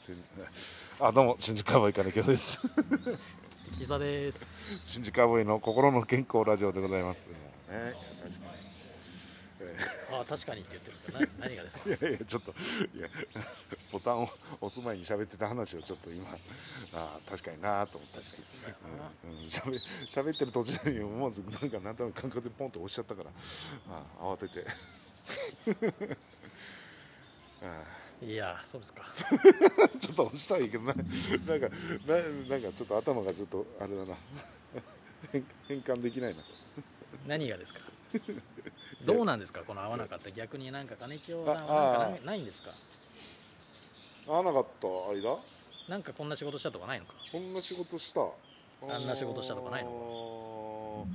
せん あどうも新宿カウボーイ金城です 伊沢です。新宿カウボーイの心の健康ラジオでございます、ね、確かああ、確かにって言ってるけど、な何がですか。にいやい やちょっといやボタンを押す前に喋ってた話をちょっと今あー確かになーと思ったんですけどうんうん喋喋ってる途中に思わずなんかなんとなく感覚でポンと押しちゃったからあー慌て てあーいや、そうですか。ちょっと押したいけどな、なんか、ななんかちょっと頭がちょっとあれだな。 変変換できないな。何がです か。どうなんですか、この合わなかった、逆になんか金京さんあはなんあかないないんですか。合わなかった、あれだ。なんかこんな仕事したとかないのか。こんな仕事した。あんな仕事したとかないの。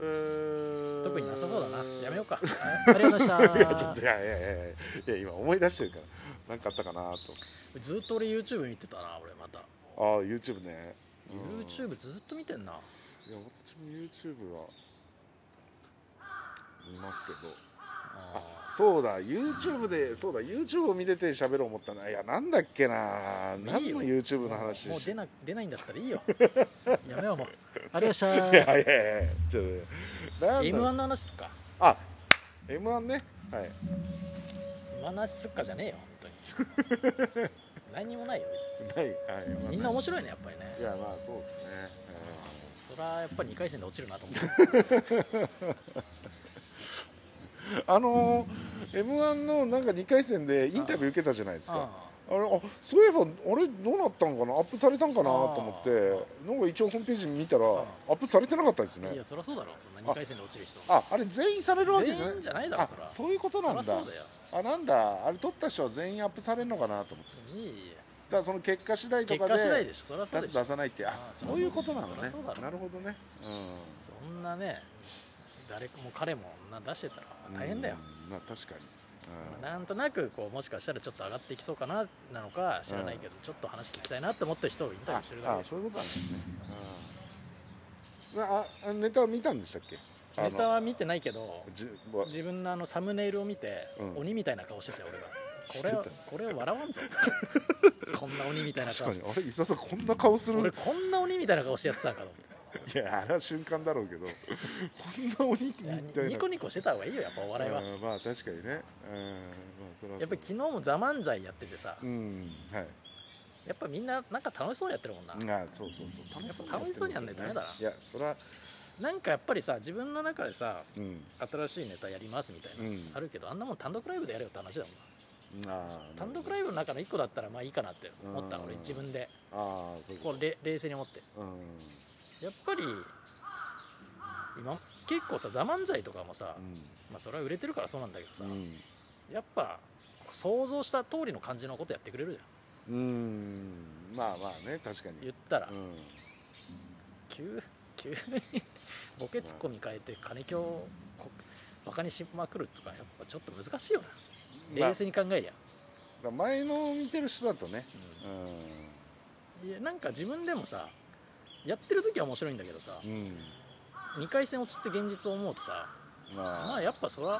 えー特になさそうだな。やめよう か。ありがとうございいやまちょしっといた。やいやいやいや今思い出してるから何かあったかなと ずっと俺 YouTube 見てたな、俺また。ああ YouTube ねうん YouTube ずっと見てんな。いや私も YouTube は見ますけどあそうだ YouTube でそうだ YouTube を見てて喋ろう思ったないやなんだっけな何のいいよ YouTube あの話もうもうし出な出ないんだったらいいよ。やめようもう。ありがとうございいましやいやいやちょっとた。なんだ M1 ろうの話すっか。あ M1 ねはい今の話すっかじゃねえよ本 当に何にもないよ別ないはいまあにみんな面白いねやっぱりねいやまあそうですねそれはやっぱり2回戦で落ちるなと思ってうんあのー M1 のなんか2回戦でインタビュー受けたじゃないですかああれあそういえばあれどうなったんかなアップされたんかなと思ってなんか一応ホームページ見たらアんップされてなかったですあいねやそりゃそうだろそんな2回戦で落ちる人ああれ全員されるわけじゃない全員じゃないだろあそりゃそういうことなんだそりゃそうだよあなんだあれ撮った人は全員アップされるのかなと思っていいだからその結果次第と結かで果次第でしょそりゃそう出でしすょ出さないってああそそりゃういうことなのそりねゃそうだろなるほどね、うん、そんなね誰も彼もそんな出してたら大変だよ、うんまあ確かに、うんなんとなくこうもしかしたらちょっと上がっていきそうかななのか知らないけど、ちょっと話聞きたいなって思ってる人をインタビューしてるだあけあでしょそういうことなんですね、うん、なあネタを見たんでしたっけあのネタは見てないけどじゅわ自分のあのサムネイルを見て、うん鬼みたいな顔してたよ俺がしてこれたはこれは笑わ んぞこんな鬼みたいな確顔かにあれ伊沢さんこんな顔する俺こんな鬼みたいな顔してやってたんかといやあれは瞬間だろうけど こんな鬼み思っていたやいニなコニコしてた方がいいよやっぱお笑いは、うんまあ確かにね、うんまあ、それはそうやっぱり昨日も「ザ漫才やっててさ、うんはいやっぱみんななんか楽しそうにやってるもんな、あそうそうそう楽しそうにやってますよね楽しそうにやんないとダメだないやそれはなんかやっぱりさ自分の中でさうん新しいネタやりますみたいな、うんあるけどあんなもん単独ライブでやれよって話だもんなあー単独ライブの中の1個だったらまあいいかなって思ったうん俺自分でああそういうここうれ冷静に思ってとうんやっぱり今結構さ「ザ漫才とかもさ、まあ、それは売れてるからそうなんだけどさ、うんやっぱ想像した通りの感じのことやってくれるじゃうんうんまあまあね確かんに言ったら、うん急急にボケツッコミ変えて金京をこバカにしまくるとかやっぱちょっと難しいよなまあ冷静に考えりだゃ、から前の見てる人だとねうんうんいやなんか自分でもさやってる時は面白いんだけどさうん2回戦落ちって現実を思うとさままあやっぱそら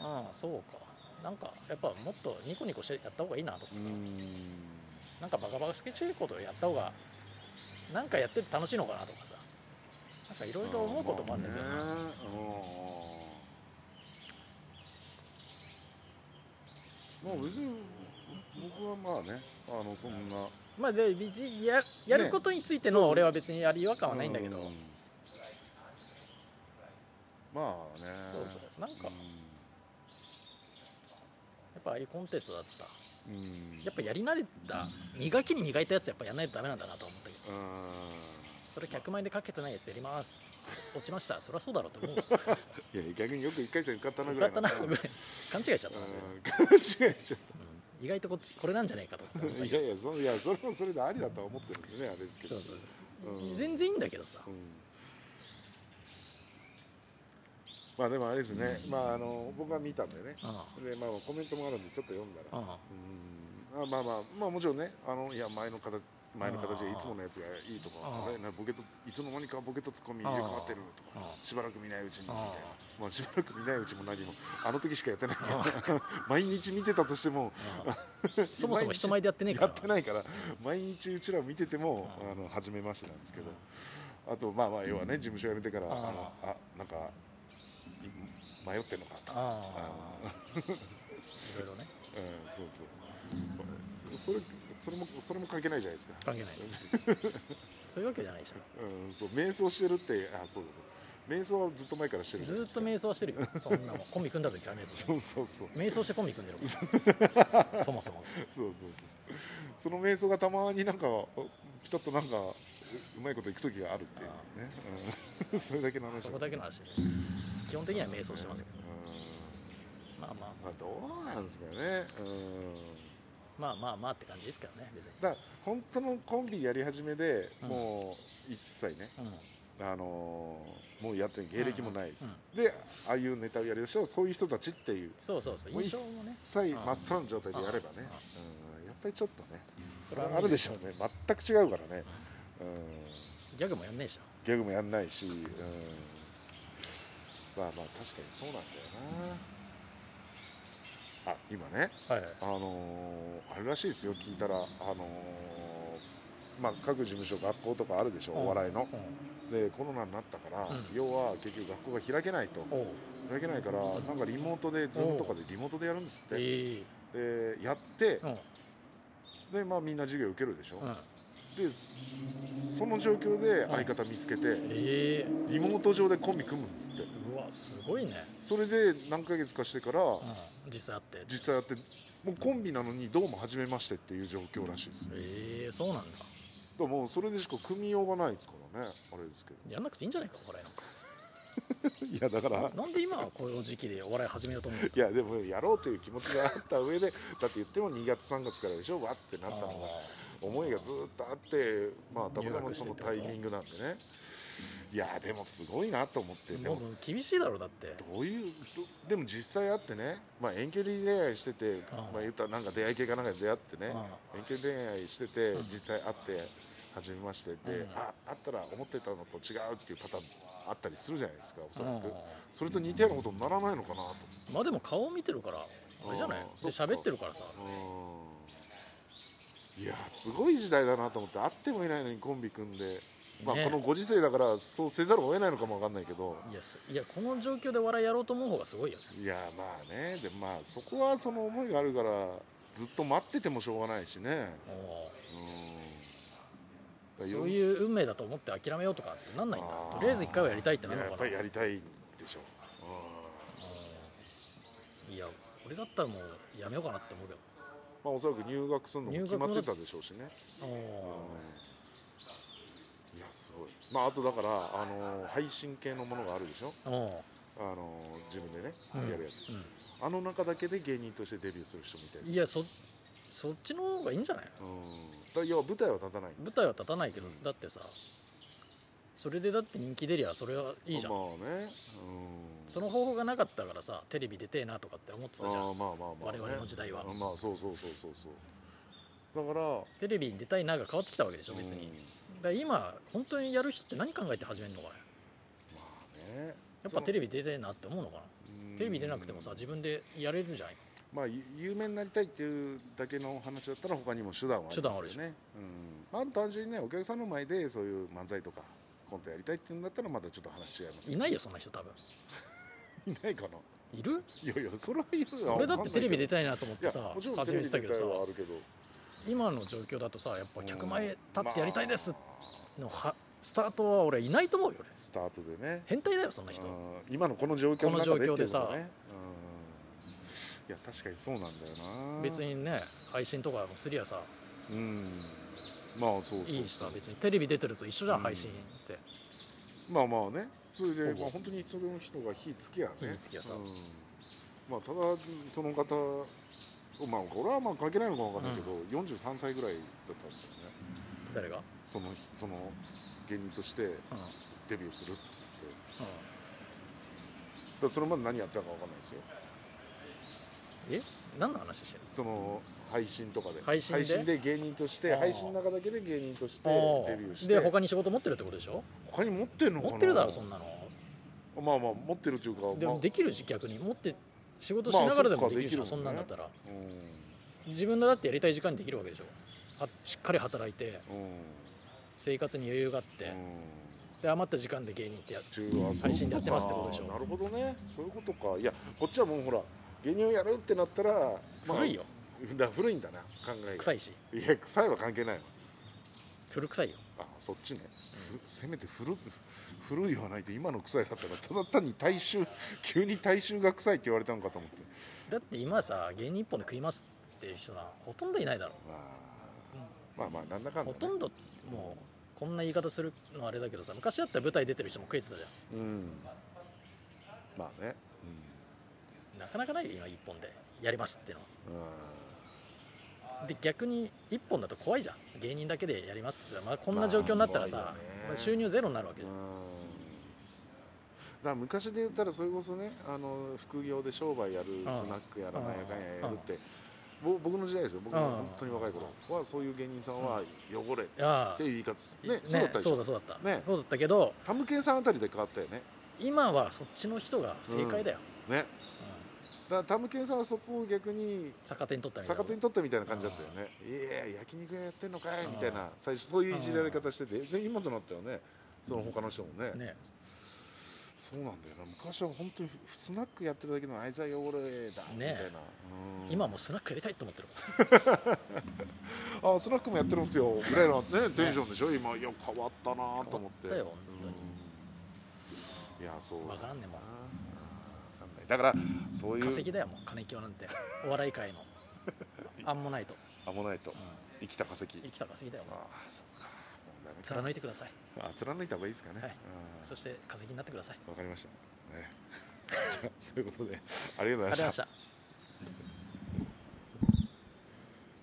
うんそうかなんかやっぱもっとニコニコしてやった方がいいなとかうさ、んなんかバカバカしくことをやった方がなんかやってて楽しいのかなとかさなんかいろいろ思うこともあるんだけど、まあねうんまあ別に僕はまあねあのそんなまあで別にややることについての俺は別にあれ違和感はないんだけど、うまあねそうそうなんかやっぱああいうコンテストだとさうんうんやっぱやり慣れた磨きに磨いたやつやっぱやらないとダメなんだなと思ったけうどんそれ100万円でかけてないやつやります落ちましたそりゃそうだろうと 思ういや逆によく一回戦受かったなぐよらかいったなうぐんらい勘違いしちゃったなそれ勘 違いしちゃっうん意外とここれなんじゃないかと思ったたいけやどいさやそいやそれもそれでありだとは思ってるんでねあれですけそどうそうそう、うん全然いいんだけどさ、うんまあでもあれですねまああの僕は見たんでねうんでまあコメントもあるんでちょっと読んだらうんうんあまあまあまあもちろんねあのいや前の形前の形がいつものやつがいいとかあーあれなボケといつの間にかボケとツッコミ入れ替わってるとあかーしばらく見ないうちにみたいなあまあ、しばらく見ないうちも何もあの時しかやってないから 毎日見てたとしても うんそもそも人前でやってねえかやらってないから毎日うちらを見ててもあの初めましてなんですけどあとまあまあ要はね事務所辞めてからああーのあなんか迷ってんのかとかああーあいろいろね うんそうそうそそれそれもそれも関係ないじゃない ですか関係ないそういうわけじゃないでしょうんそう瞑想してるってあそうだそう瞑想はずっと前からしてるじずゃないでーっすとか瞑想はしてるよそんなもんコンビ組んだ時は瞑想そうそうそう瞑想してコンビ組んでるもんそもそもそうそうそうその瞑想がたまになんかおピタッとなんかううまいこといく時があるっていうね、うん それだけの話そこだけの話で基本的には瞑想してますけどまあまあうんまあどうなんですかねうんまあまあまあって感じですけどね別にだから本当のコンビやり始めでうんもう一切ね、うんあのーもうやって芸歴もないです、うんでああいうネタをやりだしょそういう人たちっていうそうそうそうもう印一象もね切うん真っさらの状態でやればね、うんうん、やっぱりちょっとねそそれれははあるでしょうね全く違うからね、うん、ギャグもやんねえしょギャグもやんないし、うん、まあまあ確かにそうなんだよなあ今ねはいはいあのーあれらしいですよ聞いたらあのーまあ各事務所学校とかあるでしょお笑いのでコロナになったから、うん要は結局学校が開けないとうんおう開けないからなんかリモートでズームとかでリモートでやるんですってえでやってえうんでまあみんな授業受けるでしょうんでその状況で相方見つけてええリモート上でコンビ組むんですってうわすごいねそれで何ヶ月かしてからうん実際あって実際やってもうコンビなのにどうも初めましてっていう状況らしいですよだええそうなんだからもうそれでしか組みようがないですからねあれですけやんなくていいんじゃないかお笑いなんかどいやだからなんで今はこの時期でお笑い始めようと思うんだいやでもやろうという気持ちがあった上でだって言っても2月3月からでしょわってなったのが思いがずっとあってまあたまたまそのタイミングなんでねいやでもすごいなと思ってでもうももう厳しいだろだってどういうどでも実際会ってね、まあ、遠距離恋愛しててああまあ、言ったらなんか出会い系かなんかで出会ってねあ遠距離恋愛しててうん実際会って初めましてで、うんあ会ったら思ってたのと違うっていうパターンあったりするじゃないですかおうそらんく、それと似たようなことにならないのかなとまあでも顔を見てるからあれじゃないあでーそっか喋ってるからさうんいやすごい時代だなと思って会ってもいないのにコンビ組んで、まあ、ねこのご時世だからそうせざるを得ないのかもわかんないけど。いやすいやこの状況でお笑いやろうと思う方がすごいよねいやまあねでまあそこはその思いがあるからずっと待っててもしょうがないしねおーうんそうういう運命だと思って諦めようとかってなんないんだとりあえず一回はやりたいってなるやのやっかぱなりやりたいんでしょうんいや俺だったらもうやめようかなって思うけうんまあおそらく入学するのも入決学もまってたでしょうしねどうんおいやすごいまああとだからあの配信系のものがあるでしょーおあの自分でねーうんやるやつ、うんあの中だけで芸人としてデビューする人みたいですいやそそっちの方がいいんじゃないうんだから要は舞台は立たないんです舞台は立たないけど、うんだってさそれでだって人気出りゃそれはいいじゃん、まあねうんその方法がなかったからさテレビ出てえなとかって思ってたじゃあんーまあまあまあ、我々の時代はまあそうそうそうそうそうだからテレビに出たいなが変わってきたわけでしょ別うにん、だから今本当にやる人って何考えて始めるのかねまあねやっぱテレレビ出てえなって思うのかなテレビ出なくてもさ自分でやれるじゃんまあゆ有名になりたいっていうだけの話だったら他にも手段はあり手段まはすあよるでしょねうんまあ単純にねお客さんの前でそういう漫才とかコントやりたいっていうんだったらまだちょっと話違いますけいどないよそんな人多分いないかないるいやいやそれはいるよ俺だってテレビ出いたいなと思っいてやさもちろんテ始レめビて出たたけどさいはあるけど今の状況だとさやっぱ100万円立うんってやりたいですまあのはスタートは俺いないと思うよ俺スタートでね変態だよそんな人うん今のこの状況の中でっていうことこの状況ねうんいや確かにそうなんだよな別にね配信とかもすりゃさうんまあそうそうそういいしさ別にテレビ出てると一緒じゃん、うん配信ってまあまあねそれで、ほぼまあ、本当にその人が火つきやね火つけやさうんまあただその方まあこれはまあ関係ないのかわかんないけど、43歳ぐらいだったんですよね誰が、うんその人その芸人としてデビューするっつってだからそれまで何やってたかわかんないですようん、え何の話してるその配信とかで配信で芸人としてあー配信の中だけで芸人としてのデビューしてで他に仕事持ってるってことでしょ他に持ってんのかな持ってるだろそんなのまあまあ持ってるというか、でまあ、もできるし逆に持って仕事しながらまあそでっもかできるじゃん、できそるもんんねなんだったらうん自分のだってやりたい時間にできるわけでしょはしっかり働いてうん生活に余裕があって、で余った時間で芸人ってやる中は配信でやってますってことでしょなるほどねそういうことかいやこっちはもうほら芸人をやるってなったら、まあ古いよだ古いんだな考えが臭いしいや臭いは関係ないわ古臭いよあそっちねふせめて古古いはないと今の臭いだったらただ単に大衆 急に大衆が臭いって言われたのかと思ってだって今さ芸人一本で食いますっていう人なほとんどいないだろまあ、まあまあなんだかんだ、ほね、とんどもうこんな言い方するのはあれだけどさ昔だったら舞台出てる人も食えてたじゃうんまあねんなかなかないよ今一本でやりますっていうのはうん、うんで逆に1本だと怖いじゃん芸人だけでやりますって言ったら、まあ、こんな状況になったらさ、まあ怖いよねまあ収入ゼロになるわけうじんゃん、だから昔で言ったらそれこそねあの副業で商売やるんスナックやらうんなんやかんややるってぼ僕の時代ですよ僕のうん本当に若い頃はそういう芸人さんは汚れっいやてーいう言い方すいいねっすそうだったでしそうょだそうだった、ねそうだったけどタムケンさんあたりで変わったよね今はそっちの人が正解だよ、ねうんだからタムケンさんはそこを逆に逆手に取ったみたいな逆手に取ったみたいな感じだったよね「いや焼肉屋やってんのかい」みたいな最初そういういじられ方しててで今となったよねその他の人もねねそうなんだよな昔は本当にふスナックやってるだけの愛妻汚れだみたいな、ねうん今はもうスナックやりたいと思ってるあスナックもやってるんですよぐらいの、ね、テンションでしょ今いや変わったなと思って変わったよ本当にうんいやそうわからんねもうわかんないだからそうい化石うだよもう金清なんてお笑い界 のアンモナイト、アモナイトうん生きた化石生きた化石だよもうああそうかもうダメか貫いてくださいあ貫いた方がいいですかね、はいうんそして化石になってください わかりました。ね、じゃあそういうことで、ありがとうございまありがとうごしざいたまし。た